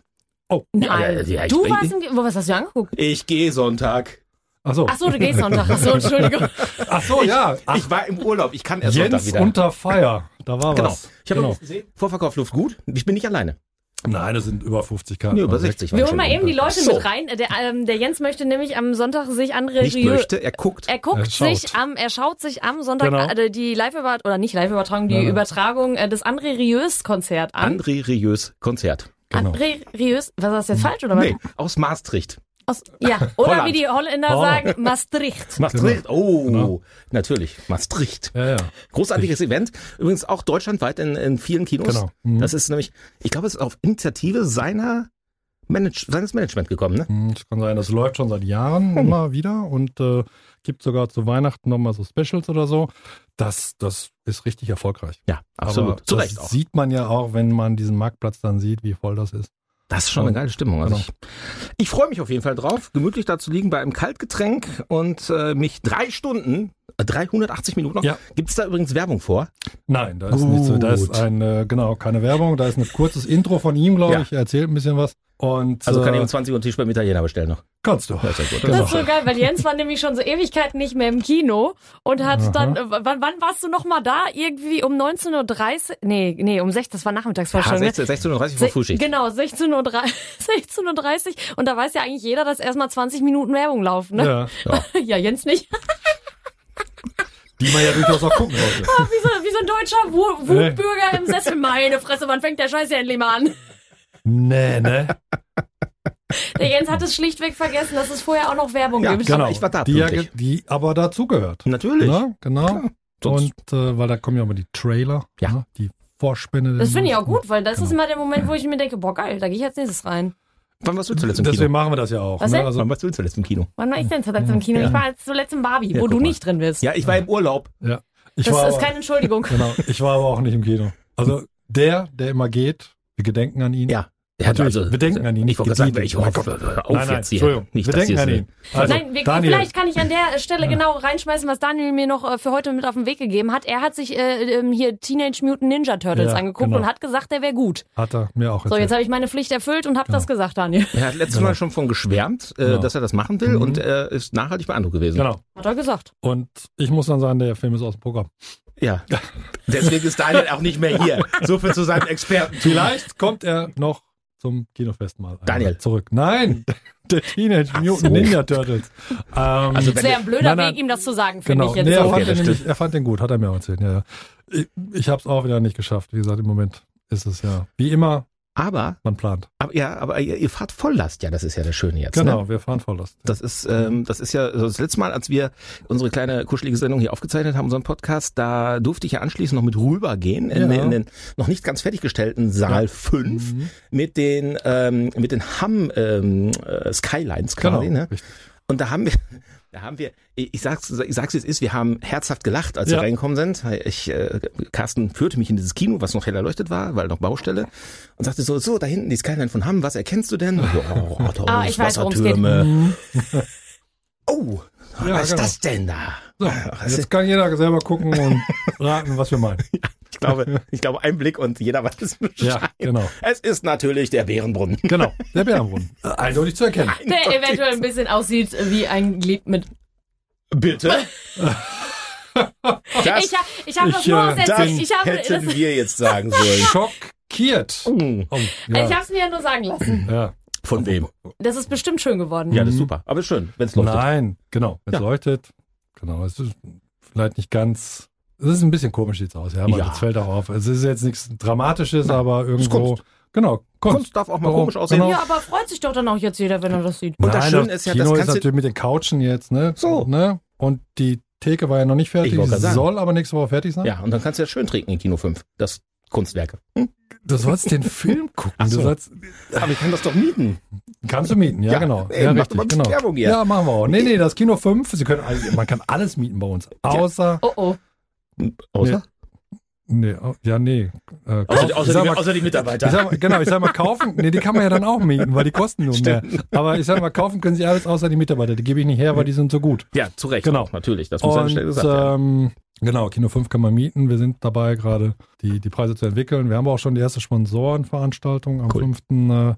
Speaker 2: Ja,
Speaker 3: Nein,
Speaker 2: Ah, ja, ich
Speaker 3: du
Speaker 2: bin-
Speaker 3: warst im Ge- Wo, was hast du dir angeguckt?
Speaker 2: Ich gehe Sonntag.
Speaker 4: Achso,
Speaker 3: Ach so, du gehst Sonntag. Ach so, Entschuldigung.
Speaker 4: Also, Ach so ja. Ach,
Speaker 2: Ich war im Urlaub. Ich kann erst Sonntag
Speaker 4: Jens
Speaker 2: wieder.
Speaker 4: unter Feier, da war
Speaker 2: genau.
Speaker 4: was.
Speaker 2: Ich habe genau. gesehen. Vorverkauf läuft gut. Ich bin nicht alleine.
Speaker 4: Nein, das sind über 50 Karten.
Speaker 2: Nee, über
Speaker 4: Also
Speaker 2: 60 waren
Speaker 3: Wir holen
Speaker 2: schon
Speaker 3: mal eben die Leute
Speaker 2: So.
Speaker 3: mit rein. Der, ähm, der Jens möchte nämlich am Sonntag sich andere
Speaker 2: Nicht
Speaker 3: Revue-
Speaker 2: möchte, er guckt.
Speaker 3: Er guckt
Speaker 4: Er schaut.
Speaker 3: sich am, er schaut sich am Sonntag
Speaker 4: Genau.
Speaker 3: äh, die Live-Übertragung, oder nicht Live-Übertragung, die
Speaker 4: Nein, nein.
Speaker 3: Übertragung äh, des André Rieux-Konzert an.
Speaker 2: André Rieux Konzert.
Speaker 4: genau. Hm.
Speaker 3: André Rieux, was war das jetzt falsch, oder was?
Speaker 2: Nee, aus Maastricht.
Speaker 3: Aus, ja, oder
Speaker 2: Holland.
Speaker 3: wie die Holländer
Speaker 4: Holland.
Speaker 3: sagen, Maastricht.
Speaker 2: Maastricht, oh,
Speaker 4: Genau.
Speaker 2: natürlich, Maastricht.
Speaker 4: Ja, ja.
Speaker 2: Großartiges Event, übrigens auch deutschlandweit in, in vielen Kinos.
Speaker 4: Genau. Mhm.
Speaker 2: Das ist nämlich, ich glaube, es ist auf Initiative seiner Manage seines Management gekommen, ne?
Speaker 4: Hm, Es kann sein, das läuft schon seit Jahren
Speaker 2: Hm.
Speaker 4: immer wieder und äh, gibt sogar zu Weihnachten nochmal so Specials oder so. Das, das ist richtig erfolgreich.
Speaker 2: Ja,
Speaker 4: Aber
Speaker 2: absolut. Zu
Speaker 4: das
Speaker 2: Recht auch.
Speaker 4: sieht man ja auch, wenn man diesen Marktplatz dann sieht, wie voll das ist.
Speaker 2: Das ist schon eine geile Stimmung. Also
Speaker 4: Genau.
Speaker 2: ich ich freue mich auf jeden Fall drauf, gemütlich da zu liegen bei einem Kaltgetränk und äh, mich drei Stunden, äh, 380 Minuten noch,
Speaker 4: Ja.
Speaker 2: gibt's da übrigens Werbung vor?
Speaker 4: Nein, da ist nichts. so. Da ist
Speaker 2: Gut.
Speaker 4: eine, genau, keine Werbung. Da ist ein kurzes Intro von ihm, glaube
Speaker 2: Ja.
Speaker 4: ich. Er erzählt ein bisschen was. Und,
Speaker 2: Also kann ich
Speaker 4: äh,
Speaker 2: um 20 Uhr einen Tisch beim Italiener bestellen noch.
Speaker 4: kannst du.
Speaker 2: Ja, ist ja gut.
Speaker 3: Das
Speaker 4: Genau.
Speaker 3: ist so geil, weil Jens war nämlich schon so Ewigkeiten nicht mehr im Kino und hat
Speaker 4: Aha.
Speaker 3: dann, äh, wann, wann warst du noch mal da? Irgendwie um 19.30 Uhr, nee, nee, um 6, das war nachmittags war
Speaker 2: Ah,
Speaker 3: schon, ne?
Speaker 2: 16, 16.30 Uhr vor
Speaker 3: Se-
Speaker 2: Frühschicht.
Speaker 3: Genau, 16.30 Uhr. 16.30 Uhr. Und da weiß ja eigentlich jeder, dass erstmal 20 Minuten Werbung laufen. Ne?
Speaker 4: Ja,
Speaker 3: Ja. Jens nicht.
Speaker 4: die man ja durchaus auch gucken wollte.
Speaker 3: Wie so, wie so ein deutscher Wu-
Speaker 4: Nee.
Speaker 3: Wutbürger im Sessel. Meine Fresse, wann fängt der Scheiß ja endlich mal an?
Speaker 4: nee, ne?
Speaker 3: Der Jens hat es schlichtweg vergessen, dass es vorher auch noch Werbung
Speaker 2: Ja,
Speaker 3: gibt.
Speaker 2: genau. Aber ich war da
Speaker 4: die, ja,
Speaker 2: pünktlich.
Speaker 4: ge- die aber dazugehört.
Speaker 2: Natürlich.
Speaker 4: Ne? Genau.
Speaker 2: Sonst-
Speaker 4: Und äh, weil da kommen ja immer die Trailer,
Speaker 2: Ja.
Speaker 4: ne? die Vorspende.
Speaker 3: Das finde ich auch gut, weil das ist
Speaker 4: Genau.
Speaker 3: immer der Moment, wo ich mir denke, boah geil, da gehe ich als nächstes rein.
Speaker 2: Wann warst du zuletzt im
Speaker 4: Deswegen
Speaker 2: Kino?
Speaker 4: machen wir das ja auch.
Speaker 3: Was
Speaker 4: Ne?
Speaker 3: denn?
Speaker 4: Also,
Speaker 2: Wann warst du zuletzt im Kino?
Speaker 3: Wann war ich denn zuletzt im Kino? Ich war zuletzt im Barbie, wo
Speaker 2: guck
Speaker 3: du
Speaker 2: mal.
Speaker 3: nicht drin bist.
Speaker 2: Ja, ich war im Urlaub.
Speaker 4: ja. ich,
Speaker 3: das
Speaker 4: war
Speaker 3: ist
Speaker 4: aber,
Speaker 3: keine Entschuldigung.
Speaker 4: genau, ich war aber auch nicht im Kino. Also der, der immer geht, wir gedenken an ihn.
Speaker 2: Ja.
Speaker 4: Natürlich, wir denken an ihn.
Speaker 2: also, Ich wollte gerade sagen,
Speaker 4: Die-
Speaker 2: ich
Speaker 4: Oh mein
Speaker 2: hoffe,
Speaker 4: Gott.
Speaker 2: hör auf
Speaker 4: nein, nein,
Speaker 2: jetzt hier.
Speaker 4: Entschuldigung.
Speaker 2: Nicht,
Speaker 4: wir
Speaker 2: dass
Speaker 4: denken an
Speaker 2: hier
Speaker 4: ihn. Also,
Speaker 3: Nein, wir,
Speaker 4: Daniel,
Speaker 3: vielleicht kann ich an der Stelle genau reinschmeißen, was Daniel mir noch äh, für heute mit auf den Weg gegeben hat. Er hat sich äh, ähm, hier Teenage Mutant Ninja Turtles
Speaker 4: Ja,
Speaker 3: angeguckt
Speaker 4: genau.
Speaker 3: und hat gesagt, der wäre gut.
Speaker 4: hat er mir auch
Speaker 3: So,
Speaker 4: erzählt.
Speaker 3: jetzt habe ich meine Pflicht erfüllt und habe das gesagt, Daniel.
Speaker 2: Er hat letztes Mal schon von geschwärmt, äh,
Speaker 4: Genau.
Speaker 2: dass er das machen will und äh, ist nachhaltig beeindruckt gewesen.
Speaker 4: genau.
Speaker 3: Hat er gesagt.
Speaker 4: Und ich muss dann sagen, der Film ist aus dem Programm.
Speaker 2: Ja. Deswegen ist Daniel auch nicht mehr hier. So viel zu seinem Experten.
Speaker 4: Vielleicht kommt er noch zum Kinofest mal einmal
Speaker 2: Daniel.
Speaker 4: zurück. Nein, der Teenage Mutant
Speaker 2: so.
Speaker 4: Ninja Turtles. Ähm,
Speaker 2: Also
Speaker 3: Es wäre ein blöder
Speaker 4: Nein, nein.
Speaker 3: Weg, ihm das zu sagen, finde
Speaker 4: genau.
Speaker 3: ich jetzt.
Speaker 4: Nee, er,
Speaker 3: so.
Speaker 2: Okay,
Speaker 4: fand
Speaker 2: das
Speaker 4: den
Speaker 2: stimmt.
Speaker 4: nämlich- er fand den gut, hat er mir auch erzählt. Ja, ja. Ich, ich habe es auch wieder nicht geschafft. Wie gesagt, im Moment ist es ja wie immer,
Speaker 2: Aber,
Speaker 4: man plant.
Speaker 2: aber ja, aber ihr, ihr fahrt Volllast, ja, das ist ja das Schöne jetzt. Ne?
Speaker 4: Genau, wir fahren Volllast.
Speaker 2: Das ist, ähm, das ist ja also das letzte Mal, als wir unsere kleine kuschelige Sendung hier aufgezeichnet haben, unseren Podcast, da durfte ich ja anschließend noch mit rübergehen in,
Speaker 4: Ja.
Speaker 2: den- in den noch nicht ganz fertiggestellten Saal 5
Speaker 4: Mhm.
Speaker 2: mit den ähm, mit den Hamm ähm, äh, Skylines
Speaker 4: Genau,
Speaker 2: quasi. Ne?
Speaker 4: richtig.
Speaker 2: Und da haben wir, da haben wir, ich ich sag's, ich sag's wie es ist, wir haben herzhaft gelacht, als
Speaker 4: Ja.
Speaker 2: wir reingekommen sind. Ich, äh, Carsten führte mich in dieses Kino, was noch hell erleuchtet war, weil noch Baustelle, und sagte so, so, da hinten die Skyline von Hamm, was erkennst du denn? Und so, oh, Rathaus,
Speaker 3: Ah, ich weiß, worum's geht. Mhm.
Speaker 2: Wassertürme. Oh, was
Speaker 4: Ja,
Speaker 2: ist
Speaker 4: genau.
Speaker 2: das denn da? Also
Speaker 4: So,
Speaker 2: ist-
Speaker 4: jetzt kann jeder selber gucken und raten, was wir meinen.
Speaker 2: Ich glaube, ich glaube, ein Blick und jeder weiß Bescheid.
Speaker 4: Ja, genau.
Speaker 2: Es ist natürlich der Bärenbrunnen.
Speaker 4: Genau, der Bärenbrunnen. Äh, Eindeutig zu erkennen.
Speaker 3: Der eventuell ein bisschen aussieht wie ein Glied mit.
Speaker 2: Bitte? Das,
Speaker 3: Ich, ha- ich habe
Speaker 4: Ich,
Speaker 3: das nur aus
Speaker 4: äh,
Speaker 2: das
Speaker 3: Erzähl- Ich habe das,
Speaker 2: hätten wir jetzt sagen sollen.
Speaker 4: Schockiert.
Speaker 2: Hm.
Speaker 4: Oh,
Speaker 3: ich
Speaker 4: ja.
Speaker 3: hab's mir ja nur sagen lassen.
Speaker 4: ja.
Speaker 2: Von wem?
Speaker 3: Das ist bestimmt schön geworden.
Speaker 2: Ja, das ist super. Aber ist schön, wenn es leuchtet.
Speaker 4: Mhm. Nein, genau. Es
Speaker 2: Ja.
Speaker 4: leuchtet. Genau. Es ist vielleicht nicht ganz. Es ist ein bisschen komisch, sieht's aus. Ja, aber
Speaker 2: Ja.
Speaker 4: das fällt auch auf. Es ist jetzt nichts Dramatisches, aber
Speaker 2: ist
Speaker 4: irgendwo.
Speaker 2: Kunst.
Speaker 4: Genau.
Speaker 2: Kunst darf auch mal
Speaker 4: Warum?
Speaker 2: komisch aussehen.
Speaker 4: Genau.
Speaker 3: Ja, aber freut sich doch dann auch jetzt jeder, wenn er das sieht.
Speaker 2: Und das
Speaker 4: Nein,
Speaker 2: Schöne ist ja, das
Speaker 4: Kino ist
Speaker 2: kannst du-
Speaker 4: natürlich mit den Couchen jetzt, ne?
Speaker 2: So.
Speaker 4: Ne? Und die Theke war ja noch nicht fertig.
Speaker 2: Ich wollte
Speaker 4: Die
Speaker 2: gerade sagen.
Speaker 4: soll aber nächste Woche fertig sein.
Speaker 2: Ja, und dann kannst du ja schön trinken in Kino 5. Das Kunstwerke.
Speaker 4: Du sollst den Film gucken.
Speaker 2: so.
Speaker 4: Du sollst,
Speaker 2: Aber ich kann das doch mieten.
Speaker 4: kannst du mieten, ja,
Speaker 2: Ja,
Speaker 4: genau.
Speaker 2: ey,
Speaker 4: ja,
Speaker 2: macht mal ein bisschen
Speaker 4: genau.
Speaker 2: Werbung hier.
Speaker 4: Ja, machen wir auch. Nee, nee, das Kino 5, Sie können, all- man kann alles mieten bei uns. Außer.
Speaker 3: Oh oh.
Speaker 2: Außer,
Speaker 4: Nee, au- ja, nee. Äh, kauf- ich sag mal-
Speaker 2: die Mitarbeiter.
Speaker 4: Ich sag mal, genau, ich sag mal, kaufen, nee, die kann man ja dann auch mieten, weil die kosten nur mehr. Aber ich sag mal, kaufen können sie alles außer die Mitarbeiter, die gebe ich nicht her, weil die sind so gut.
Speaker 2: ja, zu Recht.
Speaker 4: Genau.
Speaker 2: Natürlich, das muss an der
Speaker 4: Und
Speaker 2: Stelle gesagt werden.
Speaker 4: ähm, genau, Kino 5 kann man mieten. Wir sind dabei, gerade die, die Preise zu entwickeln. Wir haben auch schon die erste Sponsorenveranstaltung am
Speaker 2: Cool.
Speaker 4: 5. äh,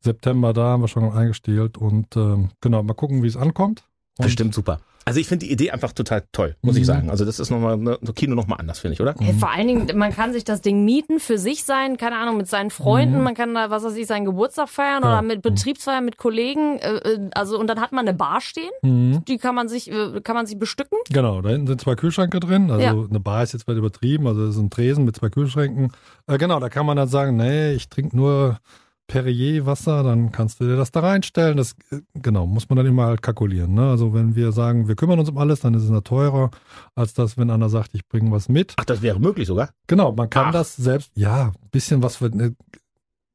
Speaker 4: September, da haben wir schon eingestellt und ähm, genau, mal gucken, wie es ankommt. Und
Speaker 2: Bestimmt super. Also ich finde die Idee einfach total toll, muss ich
Speaker 4: ähm, Mhm.
Speaker 2: sagen. Also das ist nochmal, ne, so Kino nochmal anders, finde ich, oder?
Speaker 3: Hey, vor allen Dingen, man kann sich das Ding mieten, für sich sein, keine Ahnung, mit seinen Freunden, man kann da, was weiß ich, seinen Geburtstag feiern
Speaker 4: Mhm. Ja. Mhm.
Speaker 3: oder mit Betriebsfeiern mit Kollegen. äh, äh, Also, und dann hat man eine Bar stehen,
Speaker 4: Mhm.
Speaker 3: die kann man sich, äh, kann man sich bestücken.
Speaker 4: Genau, da hinten sind zwei Kühlschränke drin. Also
Speaker 3: Ja.
Speaker 4: eine Bar ist jetzt weit übertrieben, also das ist ein Tresen mit zwei Kühlschränken. Äh, genau, da kann man dann sagen, nee, ich trinke nur Perrier-Wasser, dann kannst du dir das da reinstellen. Das äh, genau, muss man dann immer halt kalkulieren. Ne? Also wenn wir sagen, wir kümmern uns um alles, dann ist es noch teurer, als das, wenn einer sagt, ich bringe was mit.
Speaker 2: Ach, das wäre möglich sogar.
Speaker 4: Genau, man kann
Speaker 2: Ach.
Speaker 4: das selbst, ja, ein bisschen was für ne,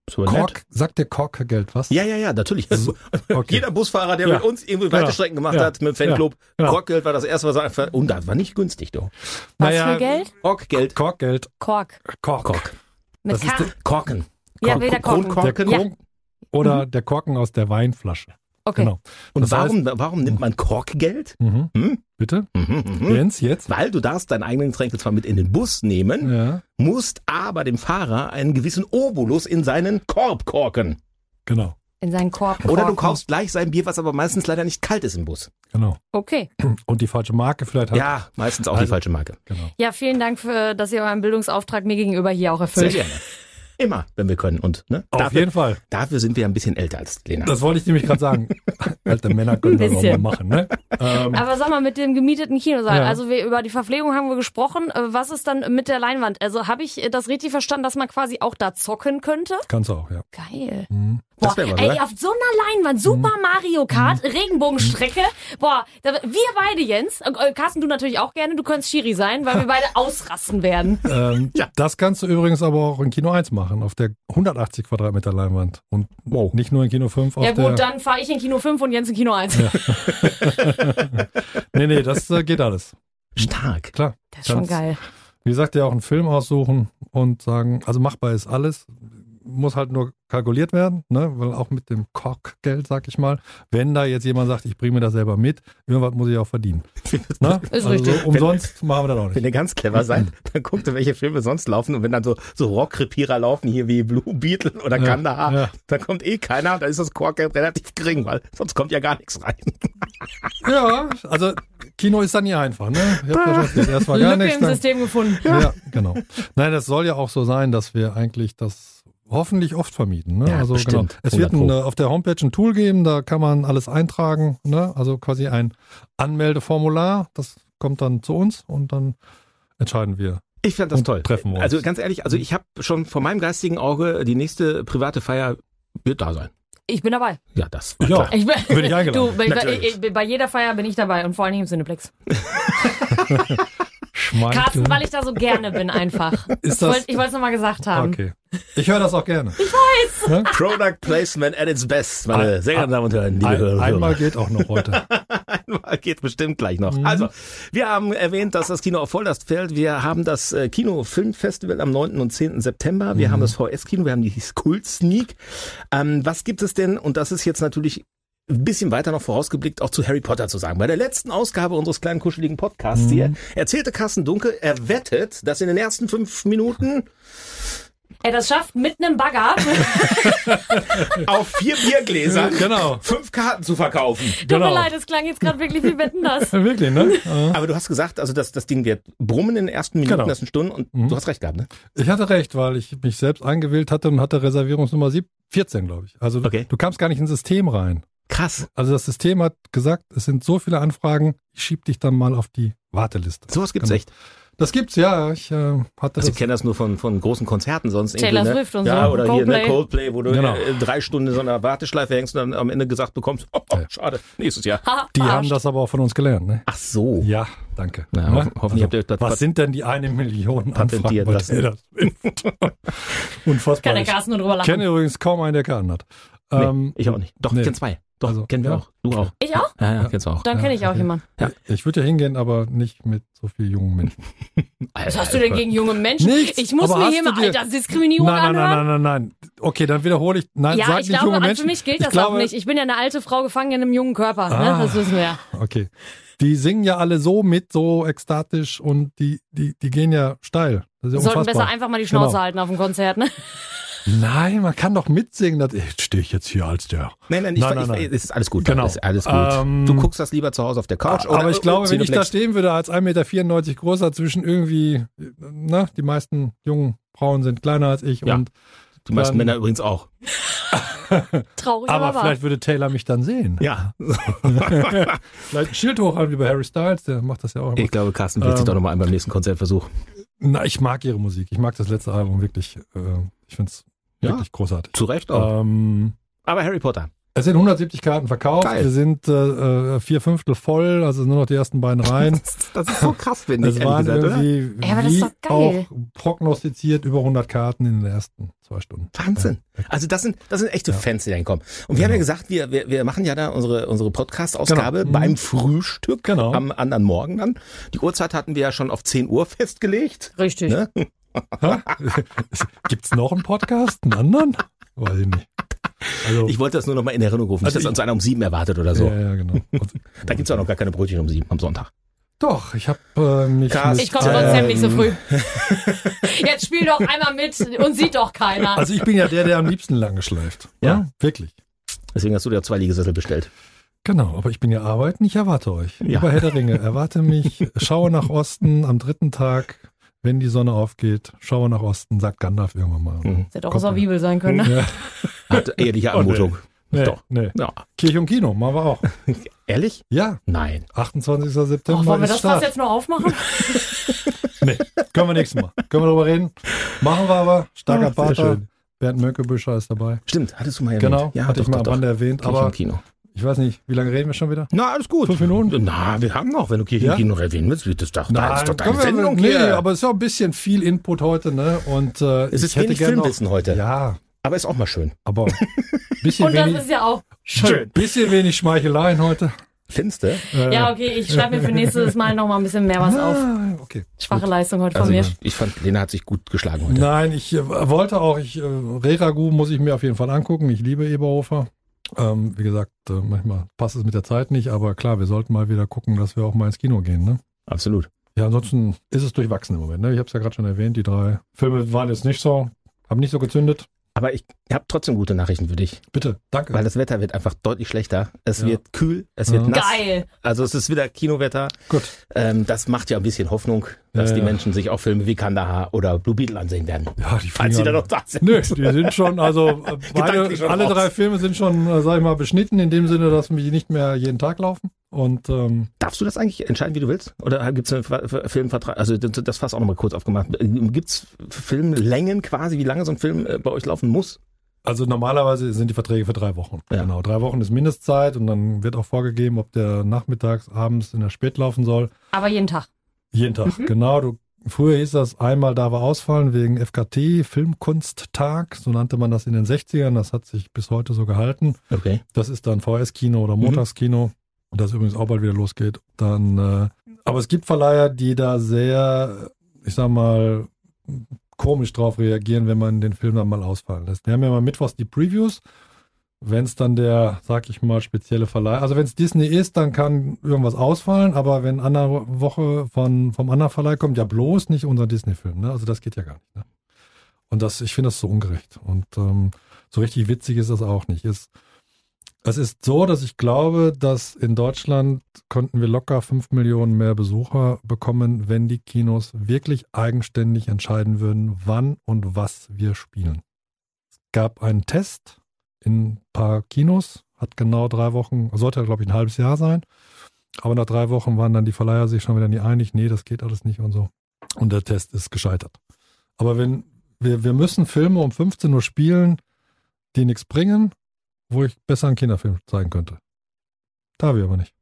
Speaker 2: Ist aber nett.
Speaker 4: Kork, sagt der Korkgeld was?
Speaker 2: Ja, ja, ja, natürlich. Also
Speaker 4: So, okay.
Speaker 2: Jeder Busfahrer, der
Speaker 4: Ja.
Speaker 2: mit uns irgendwie
Speaker 4: Genau.
Speaker 2: weite Strecken gemacht
Speaker 4: Ja.
Speaker 2: hat, mit dem Fanclub,
Speaker 4: Ja. Genau. Ja.
Speaker 2: Korkgeld war das erste, was er einfach, und das war nicht günstig, du.
Speaker 3: Was für Geld?
Speaker 2: Korkgeld.
Speaker 4: Korkgeld,
Speaker 3: Kork.
Speaker 4: Kork.
Speaker 2: Kork.
Speaker 3: Mit
Speaker 4: Das ist
Speaker 3: K.
Speaker 2: Korken.
Speaker 3: Ja, weder Korken.
Speaker 4: Der
Speaker 2: Kronkorken.
Speaker 4: Kork oder der Korken aus der Weinflasche.
Speaker 3: Okay.
Speaker 4: Genau.
Speaker 2: Und
Speaker 4: Das heißt-
Speaker 2: warum, warum nimmt man Korkgeld?
Speaker 4: Mhm.
Speaker 2: Hm?
Speaker 4: Bitte?
Speaker 2: Mhm, mhm.
Speaker 4: Jens, jetzt?
Speaker 2: Weil du darfst dein eigenen Getränke zwar mit in den Bus nehmen,
Speaker 4: Ja,
Speaker 2: musst aber dem Fahrer einen gewissen Obolus in seinen Korb korken.
Speaker 4: genau.
Speaker 3: In seinen Korb.
Speaker 2: Oder du
Speaker 3: Korken.
Speaker 2: kaufst gleich sein Bier, was aber meistens leider nicht kalt ist im Bus.
Speaker 4: genau.
Speaker 3: Okay.
Speaker 4: Und die falsche Marke vielleicht hat.
Speaker 2: Ja, meistens auch die
Speaker 4: Also-
Speaker 2: falsche Marke.
Speaker 4: Genau.
Speaker 3: Ja, vielen Dank, für, dass ihr euren Bildungsauftrag mir gegenüber hier auch
Speaker 2: Sehr
Speaker 3: erfüllt.
Speaker 2: gerne. Immer, wenn wir können. Und ne,
Speaker 4: Auf
Speaker 2: dafür,
Speaker 4: jeden Fall.
Speaker 2: dafür sind wir ein bisschen älter als Lena.
Speaker 4: Das wollte ich nämlich gerade sagen. Alte Männer können das auch mal
Speaker 3: Bisschen.
Speaker 4: machen, ne? Ähm,
Speaker 3: Aber sag mal, mit dem gemieteten Kinosaal.
Speaker 4: Ja.
Speaker 3: Also wir, über die Verpflegung haben wir gesprochen. Äh, Was ist dann mit der Leinwand? Also habe ich äh, das richtig verstanden, dass man quasi auch da zocken könnte?
Speaker 4: kannst du auch, ja.
Speaker 3: Geil.
Speaker 4: Mhm.
Speaker 3: Boah,
Speaker 2: wär was,
Speaker 3: ey,
Speaker 2: oder?
Speaker 3: auf so einer Leinwand, Super Mario Kart,
Speaker 4: Mhm.
Speaker 3: Regenbogenstrecke. Boah, da, wir beide, Jens, äh, Carsten, du natürlich auch gerne, du könntest Schiri sein, weil wir beide ausrasten werden.
Speaker 4: Ähm,
Speaker 2: Ja.
Speaker 4: Das kannst du übrigens aber auch in Kino 1 machen, auf der 180 Quadratmeter Leinwand. Und
Speaker 2: Wow.
Speaker 4: nicht nur in Kino 5. Auf
Speaker 3: ja
Speaker 4: der,
Speaker 3: gut, dann fahre ich in Kino 5 und Jens in Kino 1.
Speaker 4: Nee, nee, das äh, geht alles.
Speaker 2: Stark.
Speaker 4: Klar.
Speaker 3: Das ist schon
Speaker 4: Kannst-
Speaker 3: geil.
Speaker 4: Wie gesagt, ja auch einen Film aussuchen und sagen, also machbar ist alles, muss halt nur kalkuliert werden, ne? weil auch mit dem Korkgeld, sag ich mal, wenn da jetzt jemand sagt, ich bringe mir das selber mit, irgendwas muss ich auch verdienen. Ne?
Speaker 3: Ist
Speaker 4: also
Speaker 3: richtig.
Speaker 4: So, umsonst machen wir das auch
Speaker 2: Wenn
Speaker 4: nicht.
Speaker 2: ihr ganz clever seid, dann guckt ihr, welche Filme sonst laufen. Und wenn dann so, so Rockrepierer laufen, hier wie Blue Beetle oder
Speaker 4: Ja,
Speaker 2: Kandahar,
Speaker 4: ja.
Speaker 2: dann kommt eh keiner. Dann ist das Korkgeld relativ gering, weil sonst kommt ja gar nichts rein.
Speaker 4: Ja, also Kino ist dann nie einfach. Ne? Ich hab da schon erstmal gar
Speaker 3: Ah. Lücke
Speaker 4: nichts.
Speaker 3: im
Speaker 4: Dann,
Speaker 3: System gefunden.
Speaker 4: ja, genau. Nein, das soll ja auch so sein, dass wir eigentlich das hoffentlich oft vermieden. Ne?
Speaker 2: Ja,
Speaker 4: also
Speaker 2: bestimmt.
Speaker 4: genau. Es wird ein,
Speaker 2: 100
Speaker 4: äh,
Speaker 2: Pro.
Speaker 4: auf der Homepage ein Tool geben, da kann man alles eintragen. Ne? Also quasi ein Anmeldeformular. Das kommt dann zu uns und dann entscheiden wir.
Speaker 2: Ich fand das
Speaker 4: Und
Speaker 2: toll.
Speaker 4: treffen wir uns.
Speaker 2: Also ganz ehrlich, also ich habe schon vor meinem geistigen Auge die nächste private Feier wird da sein.
Speaker 3: Ich bin dabei.
Speaker 2: Ja, das war
Speaker 4: Ja.
Speaker 2: klar.
Speaker 3: Ich bin,
Speaker 4: Bin ich eingeladen.
Speaker 3: Du, bei,
Speaker 2: Natürlich.
Speaker 3: ich, ich, bei jeder Feier bin ich dabei und vor allen Dingen im Cineplex.
Speaker 4: Schmeichel.
Speaker 3: Carsten, weil ich da so gerne bin einfach.
Speaker 4: Ist
Speaker 3: Ich
Speaker 4: das-
Speaker 3: wollt- ich wollte es nochmal gesagt haben.
Speaker 4: Okay. Ich höre das auch gerne. Ne?
Speaker 2: Product Placement at its best, meine
Speaker 4: Ein-
Speaker 2: sehr geehrten Damen und Herren, liebe
Speaker 4: Ein,
Speaker 2: Hörer.
Speaker 4: einmal geht auch noch heute.
Speaker 2: Einmal geht bestimmt gleich noch. Also, wir haben erwähnt, dass das Kino auf Vollast fällt. Wir haben das äh, Kinofilmfestival am 9. und 10. September. Wir haben das VS-Kino, wir haben die Skull Sneak. Ähm, was gibt es denn, und das ist jetzt natürlich ein bisschen weiter noch vorausgeblickt, auch zu Harry Potter zu sagen. Bei der letzten Ausgabe unseres kleinen kuscheligen Podcasts hier erzählte Carsten Dunke, er wettet, dass in den ersten fünf Minuten
Speaker 3: Ey, das schafft mit einem Bagger.
Speaker 2: auf vier Biergläsern
Speaker 4: genau.
Speaker 2: fünf Karten zu verkaufen.
Speaker 3: Tut
Speaker 4: Genau.
Speaker 3: mir leid, es klang jetzt gerade wirklich wie Wetten das.
Speaker 4: Wirklich, ne? Äh,
Speaker 2: Aber du hast gesagt, also das, das Ding wird brummen in den ersten Minuten,
Speaker 4: Genau.
Speaker 2: ersten Stunden und du hast recht gehabt, ne?
Speaker 4: Ich hatte recht, weil ich mich selbst eingewählt hatte und hatte Reservierungsnummer sieb- 14, glaube ich. Also
Speaker 2: Okay.
Speaker 4: du, du kamst gar nicht ins System rein.
Speaker 2: Krass.
Speaker 4: Also das System hat gesagt, es sind so viele Anfragen, ich schieb dich dann mal auf die Warteliste.
Speaker 2: Sowas gibt's
Speaker 4: Genau.
Speaker 2: echt.
Speaker 4: Das gibt's, ja. Ich äh, hatte
Speaker 2: Also ich
Speaker 4: das.
Speaker 2: kenne das nur von, von großen Konzerten sonst.
Speaker 3: Taylor
Speaker 2: irgendwie, ne?
Speaker 3: Swift und
Speaker 2: ja,
Speaker 3: so.
Speaker 2: Oder hier, ne,
Speaker 3: Coldplay.
Speaker 2: Coldplay, wo du
Speaker 4: Genau.
Speaker 2: äh, drei Stunden in so einer Warteschleife hängst und dann am Ende gesagt bekommst, oh, oh
Speaker 4: Ja.
Speaker 2: schade, nächstes Jahr.
Speaker 3: Ha,
Speaker 4: Die haben
Speaker 3: verarscht.
Speaker 4: das aber auch von uns gelernt, ne?
Speaker 2: Ach so.
Speaker 4: Ja, danke.
Speaker 2: Na,
Speaker 4: Ne?
Speaker 2: hoffen- hoffentlich habt ihr euch das pat-
Speaker 4: Was sind denn die eine Million Anfragen?
Speaker 2: patentiert
Speaker 4: bei
Speaker 2: lassen.
Speaker 4: Taylor Swift? Unfassbar.
Speaker 3: Kann der
Speaker 4: Ich
Speaker 3: Carsten nur drüber lachen.
Speaker 4: kenne übrigens kaum einen, der Karten hat.
Speaker 2: Nee,
Speaker 4: Ähm,
Speaker 2: ich auch nicht. Doch,
Speaker 4: nee.
Speaker 2: ich kenn zwei. Doch,
Speaker 4: Also,
Speaker 2: kennen wir
Speaker 4: ja.
Speaker 2: auch. Du auch.
Speaker 3: Ich auch?
Speaker 2: Ja, ja, kennst du auch.
Speaker 3: Dann kenne ich auch jemanden.
Speaker 4: Ich würde ja hingehen, aber nicht mit so vielen jungen Menschen.
Speaker 3: Was hast du denn gegen junge Menschen?
Speaker 4: Nichts,
Speaker 3: ich muss
Speaker 4: aber
Speaker 3: mir
Speaker 4: hast
Speaker 3: hier
Speaker 4: du
Speaker 3: mal
Speaker 4: dir-
Speaker 3: Altersdiskriminierung
Speaker 4: nein, nein,
Speaker 3: anhören.
Speaker 4: nein, nein, nein, nein. Okay, dann wiederhole ich. Nein,
Speaker 3: Ja,
Speaker 4: sag
Speaker 3: ich
Speaker 4: nicht
Speaker 3: glaube,
Speaker 4: junge
Speaker 3: an-
Speaker 4: Menschen.
Speaker 3: für mich gilt
Speaker 4: Ich
Speaker 3: das
Speaker 4: glaube,
Speaker 3: auch nicht. Ich bin ja eine alte Frau gefangen in einem jungen Körper. Ne?
Speaker 4: Ah.
Speaker 3: Das wissen wir ja.
Speaker 4: Okay. Die singen ja alle so mit, so ekstatisch und die, die, die gehen ja steil. Das ist ja
Speaker 3: Sollten
Speaker 4: unfassbar.
Speaker 3: besser einfach mal die Schnauze
Speaker 4: Genau.
Speaker 3: halten auf dem Konzert. Ne?
Speaker 4: Nein, man kann doch mitsingen. Das Jetzt stehe ich jetzt hier als der.
Speaker 2: Nein, nein, ich,
Speaker 4: Nein,
Speaker 2: nein,
Speaker 4: nein,
Speaker 2: ich,
Speaker 4: nein.
Speaker 2: es ist alles gut.
Speaker 4: Genau.
Speaker 2: Ist alles gut.
Speaker 4: Ähm,
Speaker 2: du guckst das lieber zu Hause auf der Couch.
Speaker 4: Aber
Speaker 2: oder,
Speaker 4: ich glaube, wenn ich da
Speaker 2: Cineplex.
Speaker 4: stehen würde, als 1,94 Meter großer, zwischen irgendwie, ne, die meisten jungen Frauen sind kleiner als ich
Speaker 2: Ja.
Speaker 4: und.
Speaker 2: Die meisten
Speaker 4: dann-
Speaker 2: Männer übrigens auch.
Speaker 3: Traurig,
Speaker 4: Aber
Speaker 3: aber, wahr.
Speaker 4: vielleicht würde Taylor mich dann sehen.
Speaker 2: Ja.
Speaker 4: Vielleicht ein Schild hoch an, wie bei Harry Styles, der macht das ja auch immer.
Speaker 2: Ich glaube, Carsten will sich
Speaker 4: Ähm,
Speaker 2: doch nochmal an beim nächsten Konzert versuchen.
Speaker 4: Na, ich mag ihre Musik. Ich mag das letzte Album wirklich. Äh, ich find's
Speaker 2: Ja.
Speaker 4: wirklich großartig.
Speaker 2: Zu Recht auch.
Speaker 4: Ähm,
Speaker 2: Aber Harry Potter.
Speaker 4: es sind 170 Karten verkauft.
Speaker 2: Geil.
Speaker 4: Wir sind äh, äh, vier Fünftel voll, also nur noch die ersten beiden Reihen.
Speaker 2: Das ist so krass, finde
Speaker 4: Es waren irgendwie
Speaker 3: Ja, aber das ist
Speaker 4: wie
Speaker 3: doch geil.
Speaker 4: auch prognostiziert über 100 Karten in den ersten zwei Stunden.
Speaker 2: Wahnsinn. Also das sind, das sind echte Fans, die dann kommen. Und wir haben ja gesagt, wir, wir, wir machen ja da unsere, unsere Podcast-Ausgabe
Speaker 4: Genau. Mhm.
Speaker 2: beim Frühstück
Speaker 4: Genau.
Speaker 2: am anderen Morgen dann. Die Uhrzeit hatten wir ja schon auf 10 Uhr festgelegt.
Speaker 3: Richtig.
Speaker 2: Ne?
Speaker 4: Ha? Gibt's noch einen Podcast? Einen anderen? Weiß ich nicht. Also,
Speaker 2: Ich wollte das nur noch mal in Erinnerung rufen,
Speaker 4: Also
Speaker 2: nicht, dass
Speaker 4: ich-
Speaker 2: uns einer um sieben erwartet oder so.
Speaker 4: ja, ja, genau. Also,
Speaker 2: Da gibt's auch noch gar keine Brötchen um sieben am Sonntag.
Speaker 4: Doch, ich habe äh, mich.
Speaker 2: Krass.
Speaker 4: mit,
Speaker 3: Ich komme
Speaker 2: Ähm.
Speaker 3: trotzdem nicht so früh. Jetzt spiel doch einmal mit und sieht doch keiner.
Speaker 4: Also ich bin ja der, der am liebsten lang geschleift.
Speaker 2: Ja.
Speaker 4: Ne? Wirklich.
Speaker 2: Deswegen hast du dir zwei Liegesessel bestellt.
Speaker 4: Genau, aber ich bin ja arbeiten, ich erwarte euch.
Speaker 2: Ja.
Speaker 4: Lieber Herr der Ringe, erwarte mich, schaue nach Osten am dritten Tag, wenn die Sonne aufgeht, schaue nach Osten, sagt Gandalf irgendwann mal.
Speaker 2: Mhm.
Speaker 3: Das hätte auch aus der Bibel sein können. Ne?
Speaker 2: Hat ehrliche Anmutung.
Speaker 4: Oh, Nee,
Speaker 2: Doch.
Speaker 4: Nee.
Speaker 2: Ja.
Speaker 4: Kirche und Kino, machen wir auch.
Speaker 2: Ehrlich?
Speaker 4: Ja,
Speaker 2: Nein.
Speaker 4: 28. September
Speaker 2: Oh,
Speaker 3: Och, Oh, wollen wir
Speaker 4: ist
Speaker 3: das Fass
Speaker 4: Start.
Speaker 3: jetzt noch aufmachen?
Speaker 4: Nee, können wir nächstes Mal. Können wir drüber reden. Machen wir aber.
Speaker 2: Ach, Ah,
Speaker 4: Starker
Speaker 2: sehr
Speaker 4: Partner.
Speaker 2: schön.
Speaker 4: Bernd Möckebüscher ist dabei.
Speaker 2: Stimmt, hattest du mal erwähnt.
Speaker 4: Genau,
Speaker 2: ja,
Speaker 4: hatte
Speaker 2: doch,
Speaker 4: ich mal
Speaker 2: doch,
Speaker 4: am
Speaker 2: doch.
Speaker 4: Rande erwähnt,
Speaker 2: Kirche
Speaker 4: aber
Speaker 2: im Kino.
Speaker 4: ich weiß nicht, wie lange reden wir schon wieder?
Speaker 2: Na, alles gut.
Speaker 4: Fünf Minuten?
Speaker 2: Na, wir haben noch, wenn du Kirche im
Speaker 4: Ja?
Speaker 2: Kino erwähnen willst, das ist doch, das ist doch deine
Speaker 4: können wir-
Speaker 2: Sendung
Speaker 4: nee,
Speaker 2: hier.
Speaker 4: aber es ist auch ein bisschen viel Input heute, ne? Und äh,
Speaker 2: es
Speaker 4: ich
Speaker 2: ist
Speaker 4: hätte
Speaker 2: wenig
Speaker 4: gerne noch-
Speaker 2: Filmwissen heute.
Speaker 4: Ja,
Speaker 2: Aber ist auch mal schön.
Speaker 4: aber ein bisschen
Speaker 3: Und das
Speaker 4: wenig,
Speaker 3: ist ja auch.
Speaker 2: schön.
Speaker 4: bisschen wenig Schmeicheleien heute.
Speaker 2: Finster.
Speaker 4: Äh,
Speaker 3: Ja, okay, ich schreibe mir für nächstes Mal noch mal ein bisschen mehr was auf.
Speaker 4: ah, okay.
Speaker 3: Schwache Leistung heute
Speaker 2: Also
Speaker 3: von mir.
Speaker 2: ich, ich fand, Lena hat sich gut geschlagen heute.
Speaker 4: Nein, ich äh, wollte auch, ich äh, Reragu muss ich mir auf jeden Fall angucken. Ich liebe Eberhofer. Ähm, wie gesagt, äh, manchmal passt es mit der Zeit nicht, aber klar, wir sollten mal wieder gucken, dass wir auch mal ins Kino gehen, ne?
Speaker 2: Absolut.
Speaker 4: Ja, ansonsten ist es durchwachsen im Moment, ne? Ich habe es ja gerade schon erwähnt, die drei Filme waren jetzt nicht so, haben nicht so gezündet.
Speaker 2: Aber ich habe trotzdem gute Nachrichten für dich,
Speaker 4: Bitte, danke.
Speaker 2: weil das Wetter wird einfach deutlich schlechter. Es
Speaker 4: Ja.
Speaker 2: wird kühl, es wird
Speaker 4: Ja.
Speaker 2: nass.
Speaker 3: Geil.
Speaker 2: Also es ist wieder Kinowetter.
Speaker 4: Gut.
Speaker 2: Ähm, das macht ja ein bisschen Hoffnung. dass
Speaker 4: Ja,
Speaker 2: die
Speaker 4: ja.
Speaker 2: Menschen sich auch Filme wie Kandahar oder Blue Beetle ansehen werden.
Speaker 4: Ja, die
Speaker 2: Falls sie da
Speaker 4: Finger-
Speaker 2: noch da sind.
Speaker 4: Nö, die sind schon, also äh, beide,
Speaker 2: Gedanklich schon
Speaker 4: alle
Speaker 2: raus.
Speaker 4: drei Filme sind schon, äh, sag ich mal, beschnitten, in dem Sinne, dass die nicht mehr jeden Tag laufen. Und ähm,
Speaker 2: Darfst du das eigentlich entscheiden, wie du willst? Oder gibt es einen Ver- Ver- Filmvertrag? Also das das Fass auch nochmal kurz aufgemacht. Gibt es Filmlängen quasi, wie lange so ein Film äh, bei euch laufen muss?
Speaker 4: also normalerweise sind die Verträge für drei Wochen.
Speaker 2: Ja.
Speaker 4: Genau, drei Wochen ist Mindestzeit und dann wird auch vorgegeben, ob der nachmittags, abends in der Spät laufen soll.
Speaker 3: Aber jeden Tag.
Speaker 4: Jeden Tag, genau. Du, früher hieß das, einmal darf er ausfallen wegen FKT, Filmkunsttag, so nannte man das in den 60ern. Das hat sich bis heute so gehalten.
Speaker 2: Okay.
Speaker 4: Das ist dann VS-Kino oder Montagskino, das übrigens auch bald wieder losgeht. Dann, äh, aber es gibt Verleiher, die da sehr, ich sag mal, komisch drauf reagieren, wenn man den Film dann mal ausfallen lässt. Wir haben ja mal mittwochs die Previews. Wenn es dann der, sag ich mal, spezielle Verleih, also wenn es Disney ist, dann kann irgendwas ausfallen, aber wenn andere Woche von, vom anderen Verleih kommt, ja bloß nicht unser Disney-Film, ne? Also das geht ja gar nicht, ne? Und das, ich finde das so ungerecht. Und ähm, so richtig witzig ist das auch nicht. Es, es ist so, dass ich glaube, dass in Deutschland könnten wir locker 5 Millionen mehr Besucher bekommen, wenn die Kinos wirklich eigenständig entscheiden würden, wann und was wir spielen. Es gab einen Test in ein paar Kinos, hat genau drei Wochen, sollte glaube ich ein halbes Jahr sein. Aber nach drei Wochen waren dann die Verleiher sich schon wieder nicht einig, nee, das geht alles nicht und so. Und der Test ist gescheitert. Aber wenn wir, wir müssen Filme um 15 Uhr spielen, die nichts bringen, wo ich besser einen Kinderfilm zeigen könnte. Da wir aber nicht.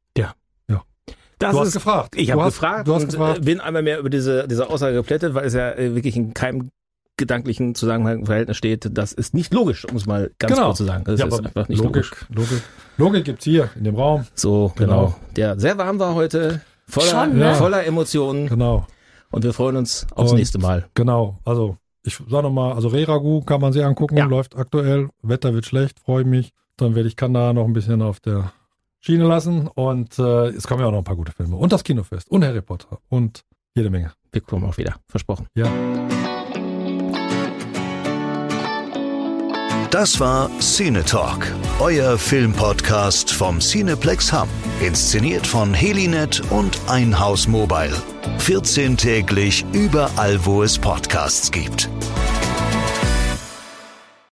Speaker 2: Das
Speaker 4: du hast
Speaker 2: ist-
Speaker 4: gefragt.
Speaker 2: Ich
Speaker 4: Du
Speaker 2: habe
Speaker 4: hast-
Speaker 2: gefragt
Speaker 4: Du hast
Speaker 2: und äh,
Speaker 4: gefragt.
Speaker 2: bin einmal mehr über diese, diese Aussage geplättet, weil es ja äh, wirklich in keinem gedanklichen Zusammenhang Verhältnis steht. Das ist nicht logisch, um es mal ganz
Speaker 4: Genau.
Speaker 2: kurz zu sagen. Das
Speaker 4: ja,
Speaker 2: ist
Speaker 4: aber
Speaker 2: einfach nicht logisch.
Speaker 4: Logik, Logik, Logik gibt's hier in dem Raum.
Speaker 2: So, genau.
Speaker 4: Genau.
Speaker 2: Der sehr warm war heute, voller,
Speaker 3: Schon,
Speaker 4: ne?
Speaker 2: voller Emotionen
Speaker 4: Genau,
Speaker 2: und wir freuen uns aufs
Speaker 4: Und-
Speaker 2: nächste Mal.
Speaker 4: genau. Also ich sag nochmal, also Reragu kann man sich angucken,
Speaker 2: Ja.
Speaker 4: läuft aktuell. Wetter wird schlecht, freue ich mich. Dann werde ich Kanada noch ein bisschen auf der Schiene lassen und äh, es kommen ja auch noch ein paar gute Filme. Und das Kinofest und Harry Potter und jede Menge.
Speaker 2: Wir kommen auch wieder, versprochen.
Speaker 4: Ja.
Speaker 1: Das war Cine Talk, euer Filmpodcast vom Cineplex Hamm. Inszeniert von Helinet und Einhaus Mobile. 14 täglich überall, wo es Podcasts gibt.